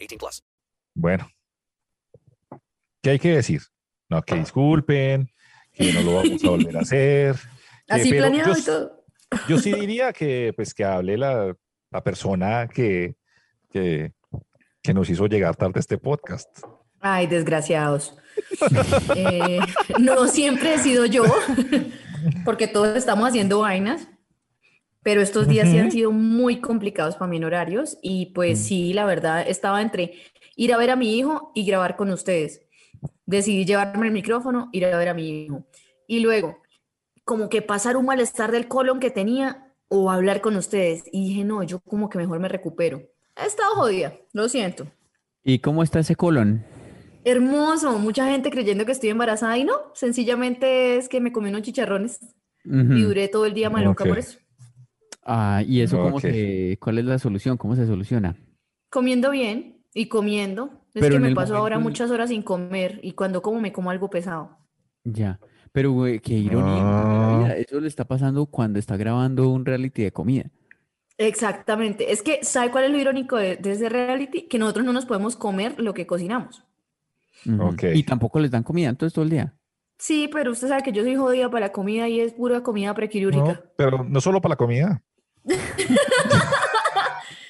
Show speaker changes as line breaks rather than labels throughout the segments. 18 plus.
Bueno, ¿qué hay que decir? No, que disculpen, que no lo vamos a volver a hacer. que-
Así
Eh, pero
planeado
yo,
y todo.
yo sí diría que, pues, que hable la, la persona que, que, que nos hizo llegar tarde este podcast.
Ay, desgraciados. Eh, no siempre he sido yo, porque todos estamos haciendo vainas, pero estos días sí han sido muy complicados para mí en horarios y
Mm.
pues sí, la verdad, estaba entre ir a ver a mi hijo y grabar con ustedes. Decidí llevarme el micrófono, ir a ver a mi hijo. Y luego, como que pasar un malestar del colon que tenía o hablar con ustedes. Y dije, no, yo como que mejor me recupero. He estado jodida, lo siento.
¿Y cómo está ese colon?
Hermoso, mucha gente creyendo que estoy embarazada y no, sencillamente es que me comí unos chicharrones y
Ujú.
duré todo el día maluca
Ok.
por eso.
Ah, ¿y eso cómo
Ok.
se, cuál es la solución? ¿Cómo se soluciona?
Comiendo bien y comiendo. Es
Pero
que
en
me
el
paso ahora
momento-
muchas horas sin comer y cuando como me como algo pesado.
Ya. Pero güey, qué ironía. la
Ah.
vida. Eso le está pasando cuando está grabando un reality de comida.
Exactamente, es que ¿sabe cuál es lo irónico de, de ese reality? Que nosotros no nos podemos comer lo que cocinamos.
Ujú.
Ok.
Y tampoco les dan comida entonces todo el día.
Sí, pero usted sabe que yo soy jodida para la comida y es pura comida
No,
prequirúrgica.
pero no solo para la comida.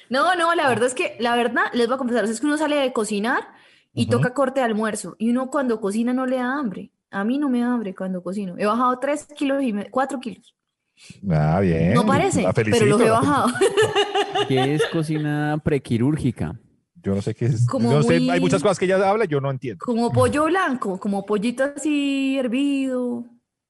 No, no,
Ah.
la verdad es que, la verdad, les voy a confesar, es que uno sale de cocinar y
Ujú.
toca corte de almuerzo y uno cuando cocina no le da hambre. A mí no me da hambre cuando cocino. He bajado 3 kilos y 4 kilos.
Ah, bien.
No parece,
la
pero los
felicito,
he
la
bajado.
¿Qué es cocina prequirúrgica?
Yo no sé qué es.
Como
yo no sé,
muy-
hay muchas cosas que ella habla y yo no entiendo.
Como pollo blanco, como pollito así hervido,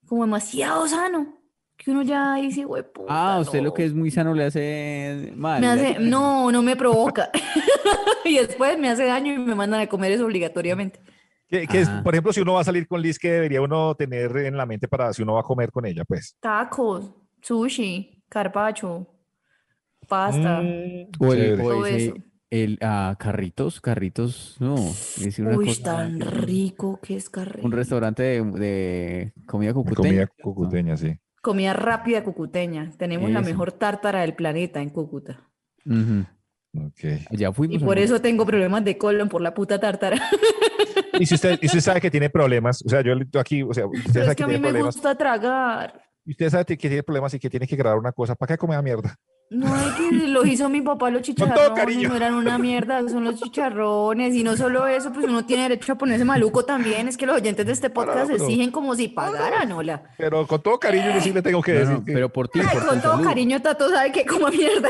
como demasiado sano, que uno ya dice, güey,
Ah,
puta,
usted lo que
no".
es muy sano le hace mal.
Me
le
hace,
daño.
no, no me provoca. Y después me hace daño y me mandan a comer eso obligatoriamente.
Que, que es,
Ah.
Ajá.
por ejemplo, si uno va a salir con Liz, ¿qué debería uno tener en la mente para si uno va a comer con ella? Pues.
Tacos, sushi, carpacho, pasta.
Mm,
O el,
chévere.
o
Todo
ese-
eso.
el, ah, carritos, carritos, no. decir una
Uy,
cosa,
tan
que-
rico que es carrera.
Un restaurante de, de comida
De
cucuteña.
comida
¿cierto?
cucuteña, sí.
Comida rápida cucuteña. Tenemos la
Eso.
mejor tártara del planeta en Cúcuta.
Ujú.
Ok.
Ya fuimos.
Y por
alguna-
eso tengo problemas de colon por la puta tártara.
Y si usted, y si usted sabe que tiene problemas, o sea, yo yo aquí, o sea, usted
Pero
sabe
es que a mí
tiene
me
problemas,
gusta tragar.
y usted sabe que tiene problemas y que tiene que grabar una cosa, ¿para qué comer mierda?
No es que lo hizo mi papá los
todo
chicharrones,
cariño.
no eran una mierda, son los chicharrones. Y no solo eso, pues uno tiene derecho a ponerse maluco también. Es que los oyentes de este
no,
podcast
pero-
exigen como si pagaran, hola.
Pero con todo cariño yo sí le tengo que
No, no,
decir que
pero por ti,
Ay,
por
con
tu
todo
salud.
cariño, Tato sabe que como mierda.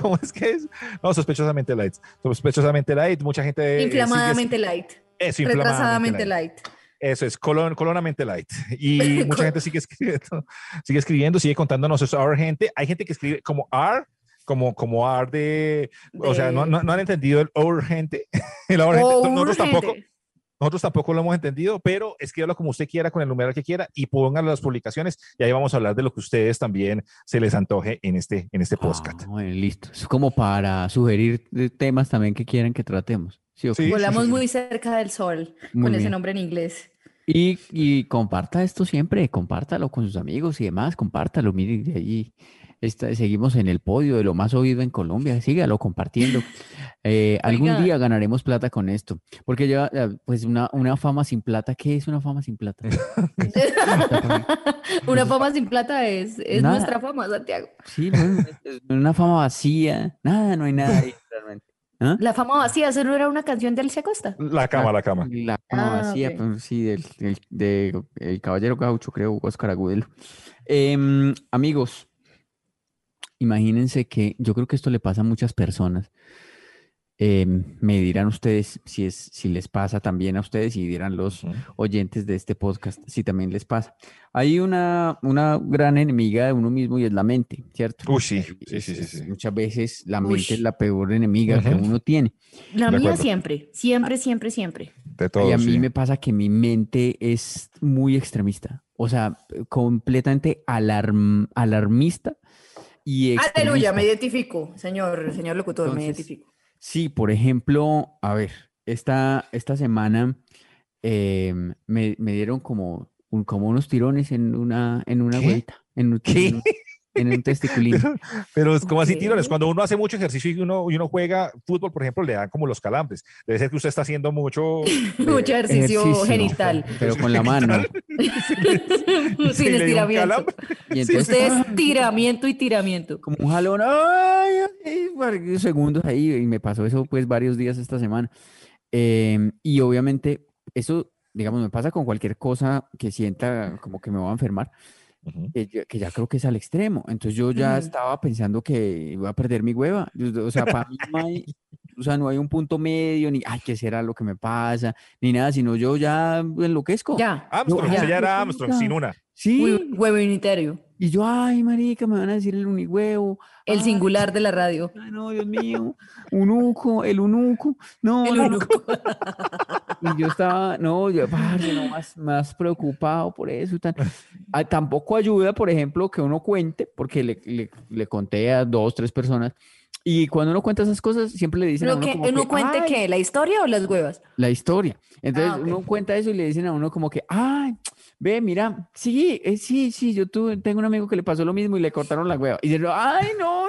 ¿Cómo es que es? No, sospechosamente light. Sospechosamente light, mucha gente... eh, sigue-
Inflamadamente light,
Eso,
retrasadamente
inflamadamente light.
light.
Eso es, colon, colonamente light. Y mucha gente sigue escribiendo, sigue escribiendo, sigue contándonos eso. Our gente, hay gente que escribe como R, como, como R de, o sea, no,
De-
no, no han entendido el our gente. El our gente.
O
Nosotros tampoco,
urgente.
nosotros tampoco lo hemos entendido, pero escríbalo como usted quiera, con el numeral que quiera y pónganlo en las publicaciones y ahí vamos a hablar de lo que ustedes también se les antoje en este, en este podcast.
Ah, bueno, listo. Es como para sugerir eh, temas también que quieran que tratemos. ¿Sí o qué?
Sí,
Volamos
sí.
muy cerca del sol
Muy
con ese
bien.
nombre en inglés.
Y, y comparta esto siempre, compártalo con sus amigos y demás, compártalo, mire, de allí está, seguimos en el podio de lo más oído en Colombia, sígalo compartiendo. Eh, algún
Oiga.
día ganaremos plata con esto, porque lleva, eh, pues, una, una fama sin plata, ¿qué es una fama sin plata?
Una fama sin plata es, es
Nada.
nuestra fama, Santiago.
Sí, no, es- es una fama vacía, nada, no hay nada ahí realmente. ¿Ah?
La fama vacía, eso no era una canción de Alicia Costa.
La cama, la cama.
La cama
Ah,
vacía,
ok.
pues, sí, del, del- de El Caballero Gaucho, creo, Oscar Agudelo. Em, amigos, imagínense que yo creo que esto le pasa a muchas personas. Em, me dirán ustedes si, es, si les pasa también a ustedes y dirán los oyentes de este podcast si también les pasa. Hay una, una gran enemiga de uno mismo y es la mente, ¿cierto?
Uy, sí, sí,
Es-
sí, sí,
es-
sí.
Muchas veces la
Uy.
mente es la peor enemiga que
Ujú.
uno tiene.
La
De
mía
acuerdo.
siempre, siempre, siempre, siempre.
De
Y
todo,
a mí
sí.
me pasa que mi mente es muy extremista, o sea, completamente alarm- alarmista y
Aleluya,
extremista.
me identifico, señor, señor locutor, me
Entonces,
identifico.
Sí, por ejemplo, a ver, esta, esta semana em, me, me dieron como, un- como unos tirones en una, en una
¿Qué?
huevita, en un,
¿Qué?
en un- en un testiculín.
Pero, pero es como así
Ok.
tirones. Cuando uno hace mucho ejercicio y uno, y uno juega fútbol, por ejemplo, le dan como los calambres. Debe ser que usted está haciendo mucho. eh,
Mucho ejercicio,
eh, Ejercicio,
genital,
Pero con la mano.
y
sin
le dio un
estiramiento.
calambre.
Y
Sí, sí,
entonces,
Usted es tiramiento y tiramiento.
como un jalón, ¡ay! ay, varios segundos ahí, y me pasó eso pues varios días esta semana. Em, y obviamente eso, digamos, me pasa con cualquier cosa que sienta como que me voy a enfermar,
Ujú.
que ya, que ya creo que es al extremo. Entonces yo ya
Ujú.
estaba pensando que iba a perder mi hueva. Yo- O sea, para mí no hay, o sea, no hay un punto medio, ni, ay, ¿qué será lo que me pasa? Ni nada, sino yo ya enloquezco.
Ya,
Armstrong,
No,
usted ya
ya.
era Armstrong, sin una.
Sí.
hue- huevo unitario,
Y yo, ay, marica, me van a decir el unihuevo.
el
ay,
singular de la radio.
Ay, no, Dios mío. Unuco, el unuco. No,
El
no.
unuco.
Y yo estaba, no, yo, parce, no, más, más preocupado por eso. y tal. Ah, tampoco ayuda, por ejemplo, que uno cuente, porque le, le, le conté a dos, tres personas. Y cuando uno cuenta esas cosas, siempre le dicen a
Uno,
uno
que,
como
uno
que,
cuente
"Ay,
que la historia o las huevas.
la historia. Entonces
Ah,
ok.
uno cuenta eso y le dicen a uno como que, ay, ve, mira, sí, eh, sí, sí, yo tuve, tengo un amigo que le pasó lo mismo y le cortaron la hueva. Y dice, ay, no.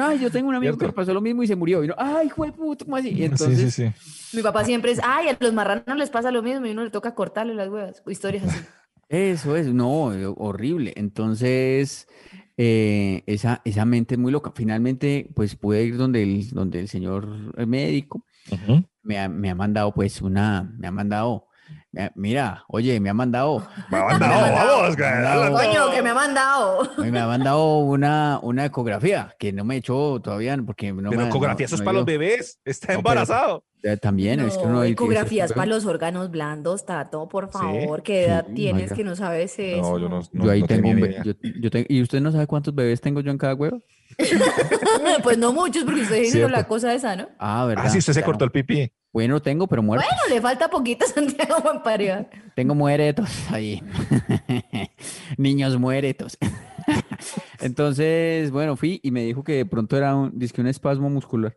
Ay, yo tengo un amigo que le
Cierto.
pasó lo mismo y se murió. Y no, ay, hijo de puta, ¿cómo así? Y
Sí,
entonces,
sí, sí.
Mi
Ah.
papá siempre es, ay, a los marranos les pasa lo mismo y uno le toca cortarle las huevas. Historias así.
eso es, no, eh, horrible. Entonces, eh, esa, esa mente es muy loca. Finalmente, pues pude ir donde el, donde el señor eh, médico
Ujú.
me ha, me ha mandado, pues, una, me ha mandado, me ha- mira, oye, me ha mandado.
Va, anda, vamos,
Anda,
anda,
vamos.
Coño, que me ha mandado.
Oye, Me han mandado una, una ecografía que no me he hecho todavía porque no
Pero
me
ecografía, eso es para los bebés. Está
No, pero-
embarazado.
bebés. También es que uno
No,
ahí tiene-
ecografías para los órganos blandos, Tato, por favor. ¿Qué
Sí,
edad tienes
marica.
que no sabes eso?
No, yo no. no-
Yo ahí
no
tengo
tenía
un
ni
bebé.
idea.
¿Y usted no sabe cuántos bebés tengo yo en cada huevo?
pues no muchos, porque usted dice
Cierto.
la cosa esa, ¿no?
Ah, ¿verdad?
Ah, sí, usted se
Ya
cortó
no.
el pipí.
Bueno, tengo, pero muerto.
Bueno, le falta poquito a Santiago para parear.
Tengo mueretos ahí. Niños mueretos. Entonces, bueno, fui y me dijo que de pronto era un, dizque un espasmo muscular.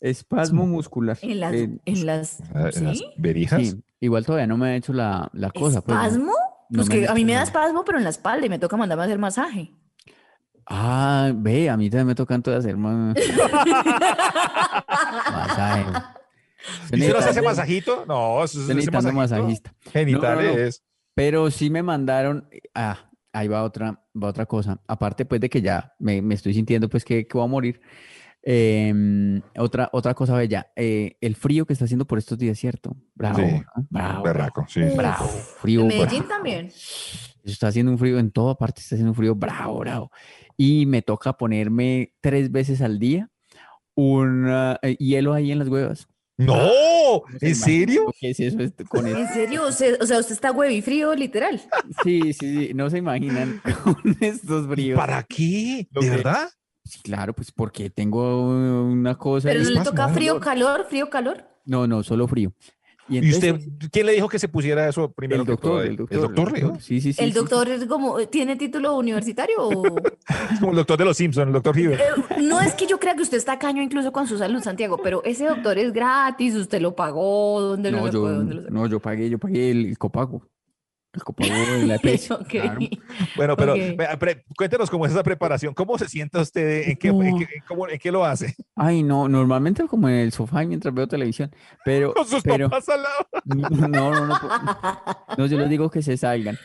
Espasmo muscular.
En las,
Eh,
en las,
Ah, ¿en las
¿sí?
verijas?
sí, igual todavía no me ha hecho la, la cosa. pues, ¿no?
¿Espasmo?
no
Pues
me han
que a mí
hecho
me da
nada.
espasmo, pero en la espalda y me toca mandarme a hacer masaje.
Ah, ve, a mí también me tocan todas hacer ma- masaje. Estoy
¿Y usted no se hace
necesitando-
masajito? No, eso es
estoy necesitando masajista. No, no, no.
Genitales.
Pero sí me mandaron, ah, ahí va otra, va otra cosa. Aparte, pues, de que ya me, me estoy sintiendo, pues, que, que voy a morir. Em, otra, otra cosa bella, eh, el frío que está haciendo por estos días, ¿cierto? Bravo,
Sí,
¿no? bravo,
Berraco, sí.
bravo, bravo, frío,
En
bravo.
Medellín también.
Está haciendo un frío en toda parte, está haciendo un frío bravo, bravo. Y me toca ponerme tres veces al día un ah, eh, hielo ahí en las huevas.
¡No!
No se
¿En
imaginan
serio?
lo que es eso este- con
¿En
el-
serio? Usted- o sea, usted está huevo y frío, literal.
Sí, sí, sí, no se imaginan con estos
¿Y
fríos.
para qué?
Lo
¿De
que-
verdad?
Sí, Claro, pues porque tengo una cosa.
Pero
y-
no le
espasmo,
toca
¿no?
frío, calor, frío, calor.
No, no, solo frío. Y,
¿Y
entonces,
usted
pues,
quién le dijo que se pusiera eso primero?
el
que todo
doctor,
ahí?
el doctor,
doctor le dijo?
Sí, sí, sí.
¿El
sí, sí.
doctor es como, tiene título universitario o...?
Es como el doctor de los Simpsons, el doctor Hibbert.
Eh, No es que yo crea que usted está caño incluso con su salud, Santiago, pero ese doctor es gratis, usted lo pagó, ¿dónde lo
No,
sacó?
yo,
¿Dónde lo sacó?
no, yo pagué, yo pagué el, el copago. El copago de la EPS.
Ok.
pues, claro.
Bueno, pero
Ok.
vea, pre- cuéntenos cómo es esa preparación. ¿Cómo se sienta usted? ¿En qué, en qué- en cómo- en qué lo hace?
Ay, no, normalmente como en el sofá y mientras veo televisión, pero,
Con sus
pero,
papás al lado.
no, no, no, po- no, yo les digo que se salgan.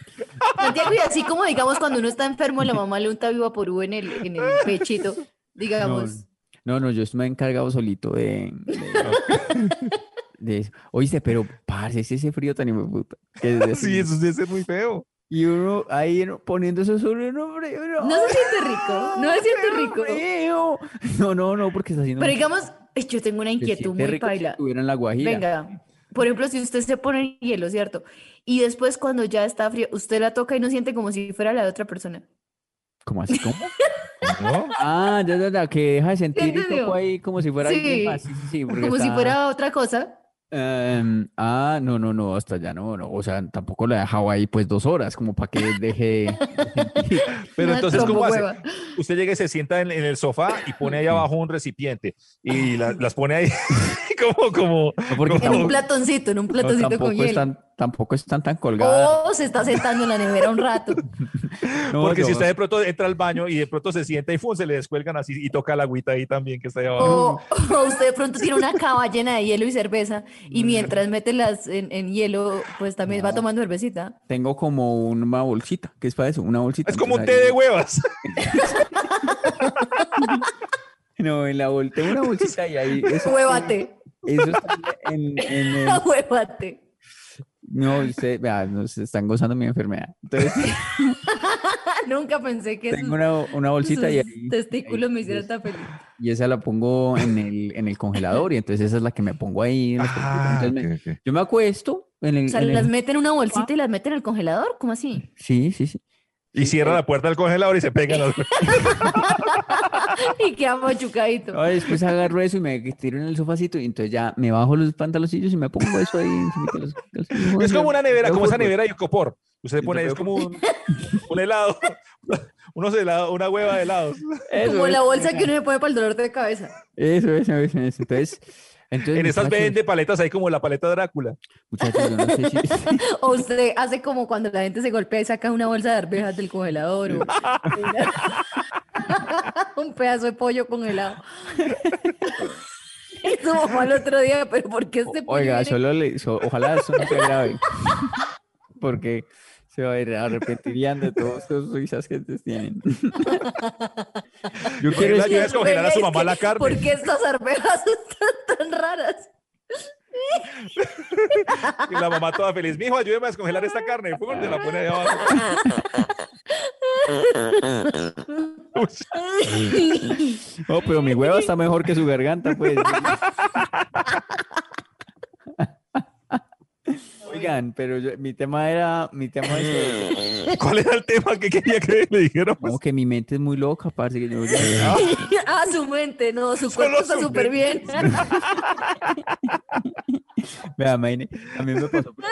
Santiago, y así como digamos cuando uno está enfermo, la mamá le unta viva por en el, en el pechito, digamos.
No, no, yo me he encargado solito de, de eso. Oíste, pero parce, es ese frío tan hijueputa que es de-
Sí, eso sí es muy feo.
Y uno ahí en- poniendo eso sobre un hombre. uno,
No se siente rico, no se siente
¡Pero
rico.
frío! No, no, no, porque está haciendo.
Pero
mucho-
digamos, eh, yo tengo una
se
inquietud
siente
muy
rico si
paila.
estuviera en la Guajira.
Venga, por ejemplo, si usted se pone hielo, ¿cierto? Y después cuando ya está frío, usted la toca y no siente como si fuera la de otra persona.
¿Cómo así? ¿Cómo?
¿No?
Ah, ya, ya, ya, que deja de sentir y
entendió?
toco ahí como si fuera alguien
Sí,
más. Sí, sí, sí, porque
Como si
está-
fuera otra cosa.
Em, ah, no, no, no, hasta allá no, no. O sea, tampoco la he dejado ahí pues dos horas, como para que deje.
Pero
Una
entonces, ¿cómo hace?
trombohueva.
Usted llega y se sienta en, en el sofá y pone ahí abajo un recipiente y la- las pone ahí como, como,
No, porque
En un
tampoco,
platoncito, en un
no,
platoncito
tampoco
con hielo.
están, tampoco están tan colgadas.
O se está sentando en la nevera un rato.
No,
Oh, porque si
yo-
usted de pronto entra al baño y de pronto se sienta y ¡fum! se le descuelgan así y toca la agüita ahí también que está ahí abajo.
O,
Oh.
o usted de pronto tiene una cava llena de hielo y cerveza y
Mm.
mientras mete las en, en hielo, pues también va tomando cervecita.
Tengo como una bolsita, ¿qué es para eso? Una bolsita.
Es como un té
entonces
de
ahí-
huevas.
No, en la bol... tengo una bolsita y ahí. Eso,
Huevate,
eso está en, en el-
huevate.
No, usted, vea, no, se están gozando mi enfermedad. Entonces,
Ah, Nunca pensé que
tengo
sus,
una, una bolsita y
sus
ahí.
testículos
ahí,
me hicieran
es-
tan feliz.
Y esa la pongo en el, en el congelador y entonces esa es la que me pongo ahí. en los congeladores.
Ah,
Entonces me- yo me acuesto en el...
O sea,
en
las
el-
meten en una bolsita y las meten en el congelador, ¿cómo así?
Sí, sí, sí.
Y cierra la puerta del congelador y se pega. en las-
Y queda machucadito.
Ah,
No, después agarro eso y me tiro en el sofacito y entonces ya me bajo los pantaloncillos y me pongo eso ahí. encima de los calzoncillos.
Es como una nevera,
Yo
como esa
fútbol.
nevera de copor. Usted pone, es como un, un helado, unos helados, una hueva de helados.
Eso,
Como la
eso,
bolsa que uno se pone para el dolor de cabeza.
Eso, eso, eso, eso. Entonces, entonces
En esas
muchachos,
venden paletas ahí como la paleta Drácula.
muchachos, yo no sé si...
O usted hace como cuando la gente se golpea y saca una bolsa de arvejas del congelador o un pedazo de pollo congelado. Y su mamá el otro día, pero ¿por qué este pollo?
Oiga,
viene-
solo le, so- ojalá eso no sea grave, porque se va a ir- arrepentirían de todos esos risas que ustedes tienen. Yo quiero
la
es
ayuda
que
a descongelar a
Venga,
su
es
mamá
que,
la carne.
¿Por qué estas arvejas están tan raras?
Y la mamá toda feliz. Mijo, ayúdeme a descongelar esta carne. Fum, se la pone ahí abajo.
oh, pero mi hueva está mejor que su garganta, pues. Oigan, pero yo- mi tema era, mi tema es
¿Cuál era el tema que quería que le dijeron?
como que mi mente es muy loca, parce, que yo-
ah, su mente, no, su cuerpo está
su
súper bien.
Vea, maine, a mí me pasó. por-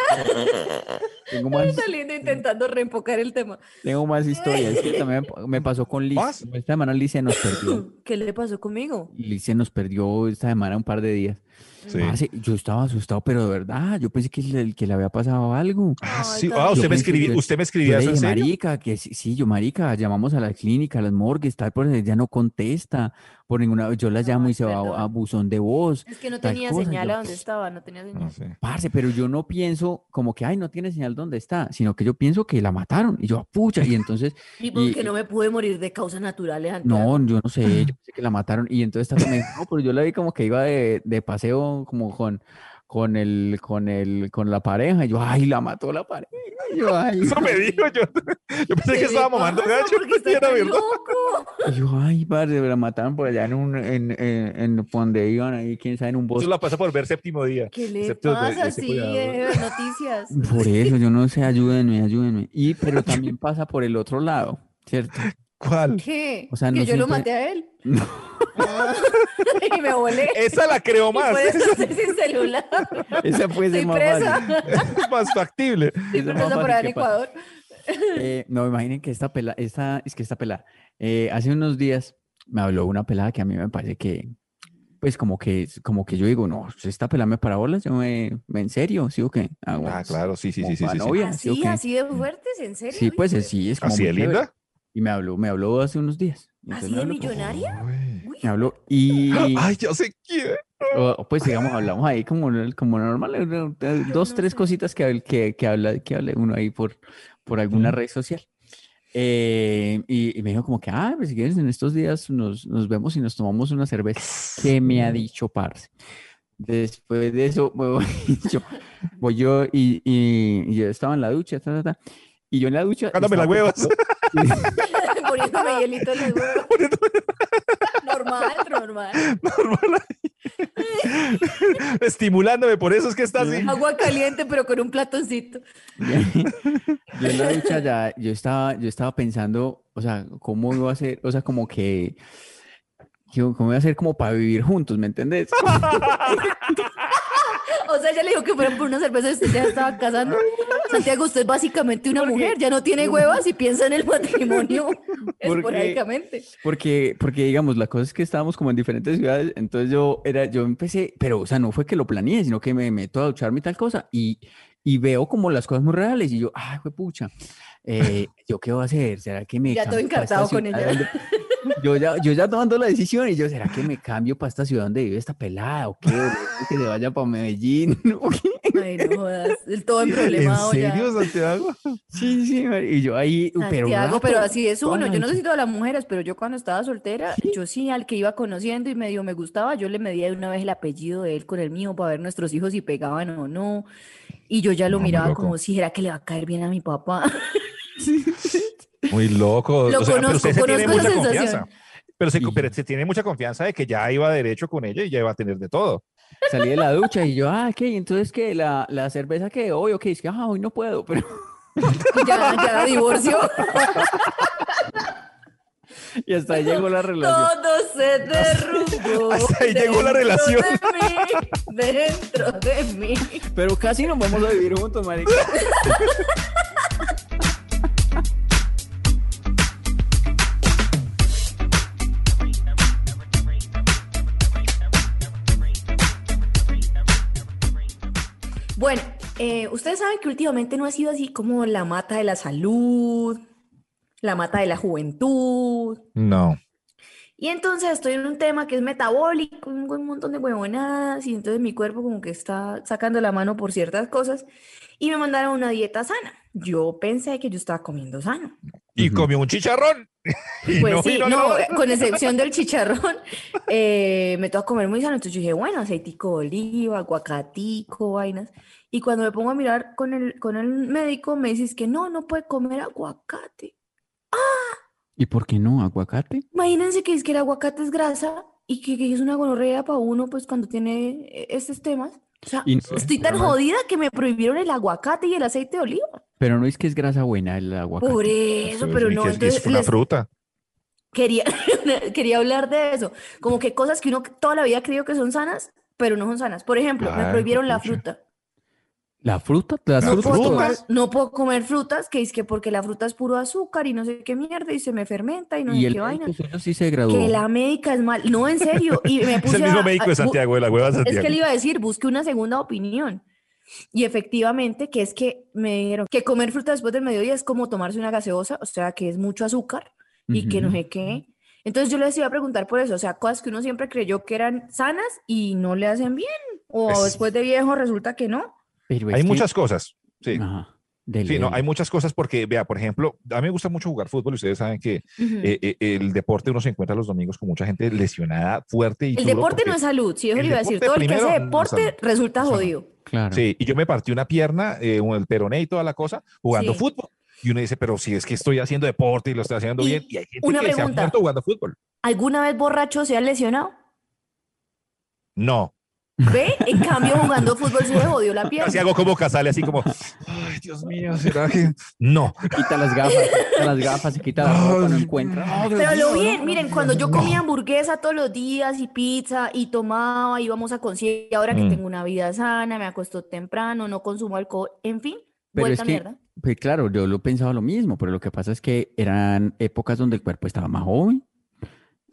Tengo más,
Saliendo intentando reempocar el tema.
tengo más historias. es que también me pasó con Liz.
¿Más?
Esta semana Liz se nos perdió.
¿Qué le pasó conmigo?
y se nos perdió esta semana un par de días.
Sí.
Parce, yo estaba asustado, pero de verdad, yo pensé que le, que le había pasado algo.
Ah,
Ay,
sí.
tan
Ah,
Yo
usted, me
pensé-
escribía,
yo-
usted me
Yo
escribía
le
eso en
dije,
serio.
marica, que sí, sí, yo, marica, llamamos a la clínica, a las morgues, tal, pero ella no contesta por ninguna vez. Yo la llamo y se va
perdón.
a, a buzón de voz.
Es que no
Tal
tenía
cosa,
señal
yo- Ah,
a dónde estaba, no tenía señal.
Parce, pero yo no pienso como que, ay, no tiene señal dónde está, sino que yo pienso que la mataron. Y yo, "Ah, pucha, y entonces,
Y
Y-
porque no me pude morir de causas naturales antes.
no, yo no sé, yo pensé que la mataron. Y entonces Tata me dijo, no, pero yo la vi como que iba de, de paseo como con, con el, con el, con la pareja. Y yo, ay, la mató la pareja. Y yo, ay,
Eso me dijo yo. Yo pensé que estaba mamando gacho. y era verdad.
y yo, ay, parce, la mataron por allá en un, en, en, en donde iban ahí, quién sabe, en un
Eso
bosque.
la pasa por ver séptimo día.
¿Qué le
Excepto de-
pasa?
de ese
Sí,
cuidado.
eh, noticias.
Por eso, yo no sé, ayúdenme, ayúdenme. Y, pero también pasa por el otro lado, ¿cierto?
¿Cuál?
¿Qué?
O sea,
que
no
yo lo
siempre-
maté a él. Ah, y me volé.
Esa la creo
Y
más.
por eso estoy sin celular.
Esa puede ser
Estoy
más
presa.
fácil.
Es más factible.
Estoy
Esa es
presa
más
por
fácil
allá en
que pasa.
Ecuador.
Eh, no, imaginen que esta pelada, esta, es que esta pelada, eh, hace unos días me habló una pelada que a mí me parece que, pues como que, como que yo digo, no, si esta pelada me parabolas, yo me, me- en serio, ¿sí o qué? Ah, bueno,
Ah,
pues,
claro, sí, sí,
como
sí, sí,
pa'
sí. sí.
novia, ¿sí o
así,
qué?
¿Ah, así de fuertes, en serio.
Sí, pues
Uy,
sí, es como
¿Así
muy
de
chévere.
linda?
Y me habló, me habló hace unos días. y
Así
entonces me
¿Ah, de
habló,
millonaria.
Uy.
Uy,
me habló y,
Ay, yo sé quién.
o- pues digamos, hablamos ahí como, nor- como normal, eh, no, eh, dos,
no
tres
sé.
cositas que, habl- que, que habla, que hable uno ahí por, por alguna
Ujú.
red social. Eh, y, y me dijo como que, ah, pues si quieres en estos días nos, nos vemos y nos tomamos una cerveza. ¿Qué me ha dicho, parce? Después de eso, voy, voy yo, voy yo y, y- y yo estaba en la ducha, ta, ta, ta, y yo en la ducha...
Cándame las
estaba
huevas.
Poniéndome hielito en los huevos. normal, normal.
Estimulándome, por eso es que está así.
Agua caliente, pero con un platoncito.
Yo en la ducha ya, yo estaba, yo estaba pensando, o sea, cómo iba a ser, o sea, como que, que- cómo iba a ser como para vivir juntos, ¿me entendés?
O sea, ya le dijo que fueron por una cerveza y usted ya estaba casando. Santiago, usted es básicamente una mujer, ya no tiene huevas y piensa en el matrimonio esporádicamente.
Porque, porque digamos, la cosa es que estábamos como en diferentes ciudades, entonces yo era, yo empecé, pero, o sea, no fue que lo planeé, sino que me meto a ducharme y tal cosa, y, y veo como las cosas muy reales, y yo, ay, fue pucha, eh, ¿yo qué voy a hacer? ¿Será que me
Ya todo
cambio pa' esta
encantado con
ciudad
ella.
donde- Yo ya, yo ya tomando la decisión, y yo, ¿será que me cambio para esta ciudad donde vive esta pelada? ¿O qué? ¿O que se vaya para Medellín? ¿O qué?
Ay, no jodas, el todo en
¿En
problema.
serio, Santiago?
Sí, sí, mar- y yo ahí, uy, pero
Santiago,
rato,
pero así es
toda
uno.
la
Yo no
noche.
sé si todas las mujeres, pero yo cuando estaba soltera, yo sí, al que iba conociendo y medio me gustaba, yo le medía de una vez el apellido de él con el mío para ver nuestros hijos si pegaban o no. Y yo ya lo
No, muy
miraba
loco.
como si era que le va a caer bien a mi papá.
Muy loco.
Lo
o sea, pero
conozco,
usted se tiene
conozco la
mucha
sensación.
confianza. Pero se,
Y-
pero se tiene mucha confianza de que ya iba derecho con ella y ya iba a tener de todo.
Salí de la ducha y yo, ah, ok, entonces que la, la cerveza que hoy, ok, es que ah, hoy no puedo, pero
Ya, ya, divorcio.
y hasta ahí llegó la relación.
Todo se derrumbó.
Hasta ahí llegó la relación.
Dentro de mí, dentro de mí.
Pero casi nos vamos a vivir juntos, marica.
Bueno, eh, ustedes saben que últimamente no ha sido así como la mata de la salud, la mata de la juventud.
No.
Y entonces estoy en un tema que es metabólico, un un montón de huevonadas, y entonces mi cuerpo como que está sacando la mano por ciertas cosas, y me mandaron a una dieta sana. Yo pensé que yo estaba comiendo sano.
Y
Ujú.
comió un chicharrón. Y
Pues
no
sí,
vino a
no,
grabar.
eh, con excepción del chicharrón, eh, me toca comer muy sano. Entonces yo dije, bueno, aceitico de oliva, aguacatico, vainas. Y cuando me pongo a mirar con el, con el médico, me dices que no, no puede comer aguacate.
¿Y por qué no? ¿Aguacate?
Imagínense que es que el aguacate es grasa y que, que es una gonorrea para uno, pues cuando tiene eh, estos temas. O sea,
Y no-
estoy tan
pero no-
jodida que me prohibieron el aguacate y el aceite de oliva.
Pero no es que es grasa buena el aguacate.
Por eso,
Sí,
pero
sí,
no,
que es-
entonces
es una
les-
fruta.
Quería, quería hablar de eso, como que cosas que uno toda la vida ha creído que son sanas, pero no son sanas. Por ejemplo, me
Ay,
prohibieron la
juepucha.
fruta.
¿La fruta? ¿Las
¿La
No
frutas?
puedo, tomar-
todas?
no puedo comer frutas, que es que porque la fruta es puro azúcar y no sé qué mierda y se me fermenta y no
Y
sé
el
qué vaina.
médico suyo sí se
Que
graduó.
la médica es mal. No, en serio. Y me
Es
puse
el mismo
a-
médico
a-
de
bu-
Santiago, de la hueva de
Es que
Santiago.
le iba a decir, busque una segunda opinión. Y efectivamente, que es que me dijeron que comer fruta después del mediodía es como tomarse una gaseosa, o sea, que es mucho azúcar y que no
Ujú.
sé qué. Entonces yo les iba a preguntar por eso, o sea, cosas que uno siempre creyó que eran sanas y no le hacen bien, o
Pues-
después de viejo resulta que no.
Pero es
Hay
que-
muchas cosas. Sí.
Ah,
Ajá, dele,
Sí, no,
dele.
hay muchas cosas porque, vea, por ejemplo, a mí me gusta mucho jugar fútbol y ustedes saben que eh, eh, el deporte uno se encuentra los domingos con mucha gente lesionada, fuerte y
el
duro
deporte
porque-
no es salud, si yo
el
le iba a decir,
deporte
todo el que
primero no
hace
es
deporte
salud,
resulta
no es salud.
jodido.
Claro.
Sí, y yo me partí una pierna, eh, un- el peroné y toda la cosa, jugando
Sí.
fútbol. Y uno dice, pero si es que estoy haciendo deporte y lo estoy haciendo
Y
bien. Y hay gente
una
que se ha
pregunta.
muerto jugando fútbol.
¿Alguna vez borracho se ha lesionado?
No.
¿Ve? En cambio, jugando fútbol se le jodió la
Así
pierna.
hago como Casale, así como, ay, Dios mío, ¿será que...? No.
Quita las gafas, quita las gafas y quita la ropa, no encuentra.
Pero lo bien, miren, cuando yo comía hamburguesa todos los días y pizza y tomaba, íbamos a conciertos, y ahora que
Mm.
tengo una vida sana, me acuesto temprano, no consumo alcohol, en fin,
Pero
vuelta
es que-
mierda.
Pues claro, yo lo pensaba lo mismo, pero lo que pasa es que eran épocas donde el cuerpo estaba más joven.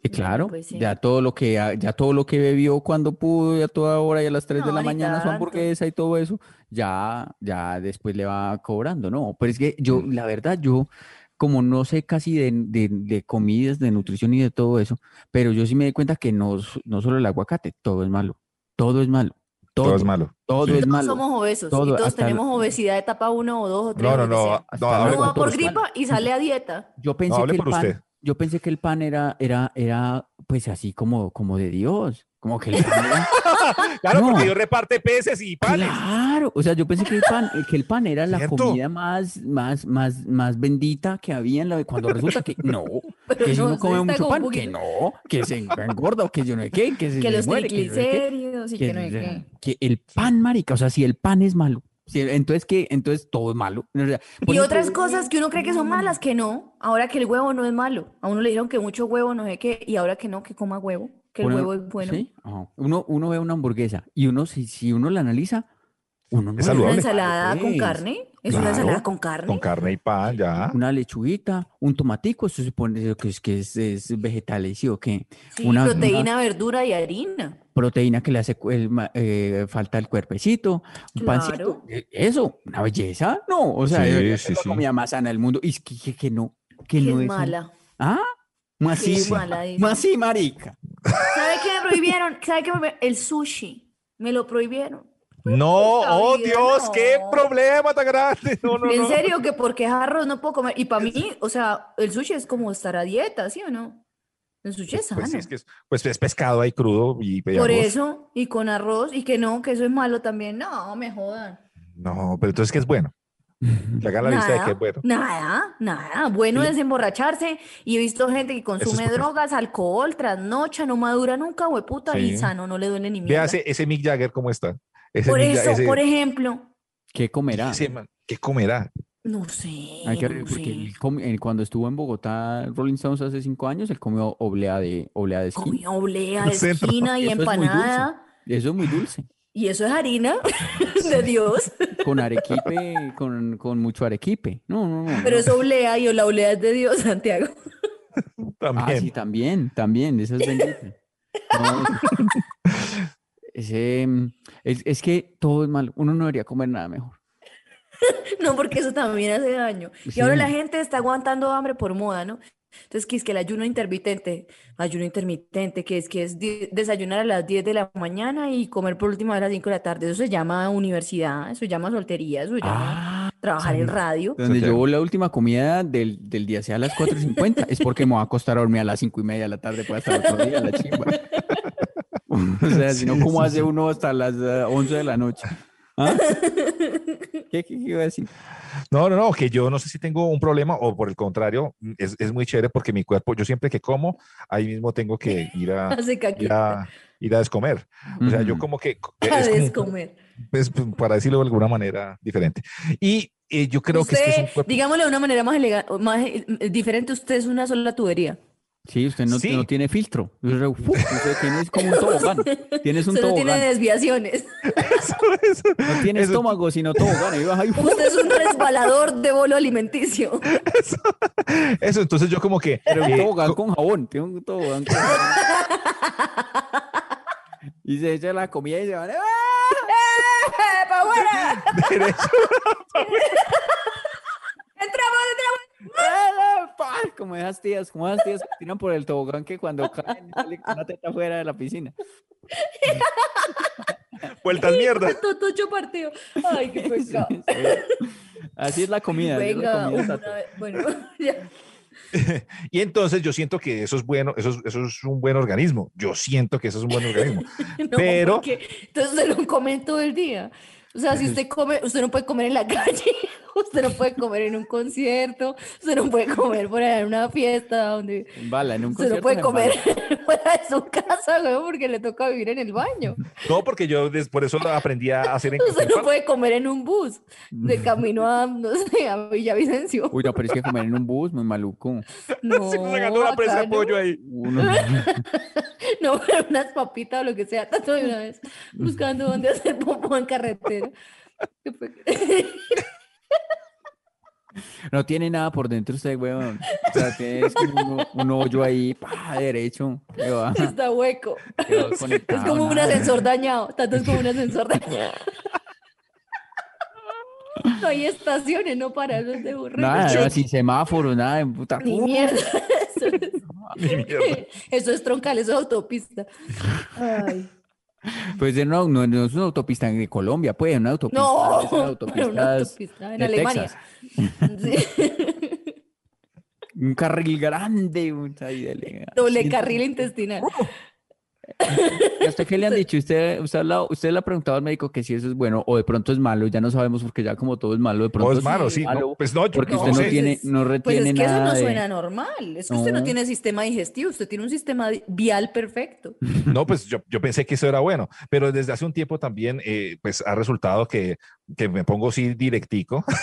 Y
Bueno,
claro,
pues sí.
ya todo lo que ha- ya todo lo que bebió cuando pudo, y a toda hora y a las 3 de
No,
la
ni
mañana su
tanto.
hamburguesa y todo eso, ya ya después le va cobrando, ¿no? Pero es que yo
Mm.
la verdad yo como no sé casi de, de- de comidas, de nutrición y de todo eso, pero yo sí me di cuenta que no, s- no solo el aguacate, todo es malo, todo es malo,
todo,
Todo.
es malo.
Todo
Sí.
es
Todos
malo.
somos obesos
Todo,
y todos
hasta-
tenemos obesidad etapa 1 o 2 o 3.
No, no, no.
Hasta
no hable
luego,
con
va por
todos.
gripa y sale a dieta.
Yo pensé
hable
que el
por
pan,
usted.
yo pensé que el pan era, era, era, pues así como, como de Dios, como que el pan era-
Claro,
No.
porque Dios reparte peces y panes.
claro, o sea, yo pensé que el pan, que el pan era la
¿Cierto?
comida más, más, más, más bendita que había en la, cuando resulta que no,
Pero
que si
no,
uno
usted
come
está
mucho
con
pan, que
poquito-
no, que se engorda, o que yo no sé qué, que se
Que
le
los
muere, que yo no sé qué.
triglicéridos y que no hay qué.
que el pan, marica, o sea, si el pan es malo, si- entonces que entonces todo es malo. O sea, por
Y
ejemplo,
otras cosas que uno cree
Mm.
que son malas, que no. Ahora que el huevo no es malo. A uno le dijeron que mucho huevo, no sé qué. Y ahora que no, que coma huevo. Que el
Una-
huevo es bueno.
sí, ajá. Uno, uno ve una hamburguesa y uno, si, si uno la analiza, uno no
Es
le ve
Una
saludable.
malo,
ensalada con
pues.
carne. Es
Claro,
una ensalada con carne.
Con carne y pan, ya.
Una lechuguita, un tomatico, eso se supone que es, que es, es vegetales, ¿sí o qué?
Sí,
una-
proteína, verdura y harina.
Proteína que le hace cu- el ma- eh, falta el cuerpecito, un pancito.
Claro.
eh, Eso, una belleza, no, o sea,
Sí,
debería
sí,
ser la
sí.
comida más sana del mundo. Y es que, que- que no, que
Que
no
es
es sana.
mala.
Ah, más
Que es
sí, ma-
mala, dice.
más sí, marica.
¿Sabe qué me prohibieron? ¿Sabe qué me prohibieron? El sushi. Me lo prohibieron.
No,
Puta
oh
vida,
Dios,
no.
qué problema tan grande. No, no,
En
no.
serio, que porque es arroz no puedo comer. Y para mí, o sea, el sushi es como estar a dieta, ¿sí o no? El sushi es sano.
Pues es, que es, pues es pescado ahí crudo y y arroz.
Por eso, y con arroz, y que no, que eso es malo también. No, me jodan.
No, pero entonces que es bueno. Que haga la lista de que es bueno.
nada, nada. Bueno es emborracharse. Y he visto gente que consume
bueno.
drogas, alcohol, trasnocha, no madura nunca, hueputa,
Sí.
y sano, no le duele ni
Vea
mierda.
ese, ese Mick Jagger cómo está. Ese
Por
Mick Ja-
eso,
ese-
por e-, ejemplo,
¿Qué comerá?
ese man, ¿Qué comerá?
no sé,
Hay que
no
ver, porque
sé.
él comi- él cuando estuvo en Bogotá Rolling Stones hace cinco años, él comió oblea de, oblea de esquí.
Comía oblea
Al
de
centro.
esquina y
Eso es muy dulce.
empanada.
Eso es muy dulce.
Y eso es harina de Dios.
Con arequipe, con, con mucho arequipe. No, no, no.
Pero
no.
es oblea y la oblea es de Dios, Santiago.
Ah,
También.
sí, también, también. Eso es bendito. No, ese, mm, es, es que todo es malo. Uno no debería comer nada mejor.
No, porque eso también hace daño. Y ahora la gente está aguantando hambre por moda, ¿no? Entonces, que es que el ayuno intermitente, ayuno intermitente, que es que es di- desayunar a las 10 de la mañana y comer por última vez a las 5 de la tarde. Eso se llama universidad, eso se llama soltería, eso se llama
Ah,
trabajar en
sabía.
radio.
donde
Santiago.
yo la última comida del, del día sea a las 4.50 es porque me voy a acostar a dormir a las 5 y media de la tarde para hasta el otro día, la chimba. O sea, si no,
Sí,
¿cómo
sí,
hace
sí.
uno hasta las eh, 11 de la noche? ¿Ah? ¿Qué, qué- qué iba a decir?
No, no, no, que yo no sé si tengo un problema o por el contrario, mm, es, es muy chévere porque mi cuerpo, yo siempre que como, ahí mismo tengo que ir a,
Hace
ir
caquita,
a, ir a descomer. O sea, yo
Ujú.
como que... co-
a
es como-
descomer.
es, para decirlo de alguna manera diferente. Y eh, yo creo que este es un
Usted,
cuerpo-
digámoslo de una manera más, elega- más eh, eh, diferente, usted es una sola tubería.
Sí, usted no,
Sí.
no tiene filtro. Usted usted tiene- es como un tobogán. Tienes un
Usted no tiene
tobogán.
desviaciones.
Eso, eso,
No tiene
eso-
estómago, sino tobogán. Ahí vas ahí, ¡fu!
Usted es un resbalador de bolo alimenticio.
eso, entonces yo como que...
Pero un
eh,
tobogán
co-
con jabón. Tiene un tobogán con jabón. Y se echa la comida y se van. ¡ah!
¡Eh, pa' afuera!
derecho,
¡Entramos, entramos!
¡Ah! ¡Pah! Como esas tías, como esas tías que tiran por el tobogán que cuando caen sale con una teta fuera de la piscina.
vueltas mierda.
Todo tocho partido. Ay, qué pecado.
Así es la comida. así es la
Venga,
comida,
una
Tato.
vez- bueno, ya.
Y entonces yo siento que eso es bueno, eso es, eso es un buen organismo. Yo siento que eso es un buen organismo.
No,
Pero-
porque entonces se lo comen todo el día. O sea, si usted come, usted no puede comer en la calle, usted no puede comer en un concierto, usted no puede comer por allá en una fiesta, donde
En bala, en un
usted no
concierto
puede
en
comer
bala.
fuera de su casa, güey, porque le toca vivir en el baño.
No, porque yo des- por eso aprendí a hacer en
Usted no puede comer en un bus
Mm.
de camino a, no sé, a Villavicencio.
Uy, no, pero es que comer en un bus, muy maluco.
No,
Si no se ganó la
acá
pues, presa de
no.
pollo ahí.
Uno,
No, pero unas papitas o lo que sea, tanto de una vez, buscando dónde hacer popó en carretera. Qué pe-
no tiene nada por dentro usted, weón. O sea, tiene es como un, un hoyo ahí, pa, derecho. que va- que
Está hueco.
va
Es
conectado,
como un
nada.
ascensor dañado. Tanto es como un ascensor dañado. No hay estaciones, no para eso es de burro.
Nada, sin semáforo, nada, en puta.
Ni
Uh,
mierda. Eso es,
Ni mierda.
eso es troncal, eso es autopista. Ay.
Pues de no, no, no es una autopista de Colombia, pues, es una autopista.
No,
es una
pero una autopista en Alemania. Sí.
Un carril grande, un ah, ahí de
Eh, Doble
Sí,
carril intestinal.
¿Y a usted qué le han dicho? Usted, usted, ha hablado- usted le ha preguntado al médico que si eso es bueno o de pronto es malo, ya no sabemos porque ya como todo es malo, de pronto
O es
sí
malo,
es
sí. no,
malo,
pues no, yo
porque
no
usted no
sé.
tiene, no
Pues
retiene
es que eso
nada
no
de-
suena normal. Es que usted no
No.
tiene sistema digestivo, usted tiene un sistema di- vial perfecto.
No, pues yo, yo pensé que eso era bueno, pero desde hace un tiempo también, eh, pues ha resultado que, que me pongo así directico.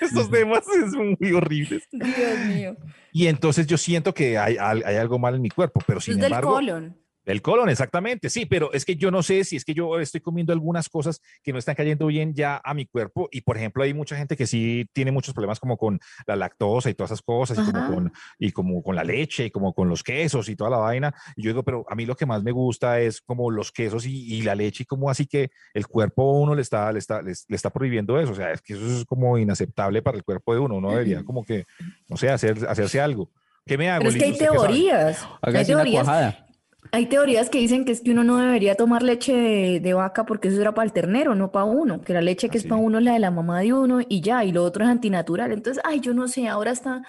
Estos temas son muy horribles.
Dios mío.
Y entonces yo siento que hay, al- hay algo mal en mi cuerpo, pero sin
es del
embargo,
colon.
del colon, exactamente, sí, pero es que yo no sé si es que yo estoy comiendo algunas cosas que no están cayendo bien ya a mi cuerpo y por ejemplo hay mucha gente que sí tiene muchos problemas como con la lactosa y todas esas cosas y como,
Ajá.
con, y como con la leche y como con los quesos y toda la vaina. Y yo digo, pero a mí lo que más me gusta es como los quesos y, y la leche y como así que el cuerpo a uno le está, le, está, le, le está prohibiendo eso. O sea, es que eso es como inaceptable para el cuerpo de uno. Uno debería como que, no sé, hacer, hacerse algo. ¿Qué me hago?
Pero es que
Lili?
hay
¿Usted qué sabe?
teorías. Hay
Hágase una
teorías,
cuajada.
hay teorías que dicen que es que uno no debería tomar leche de, de vaca porque eso era para el ternero, no para uno. Que la leche que
Ah,
es para
sí.
uno es la de la mamá de uno y ya, y lo otro es antinatural. Entonces, ay, yo no sé, ahora está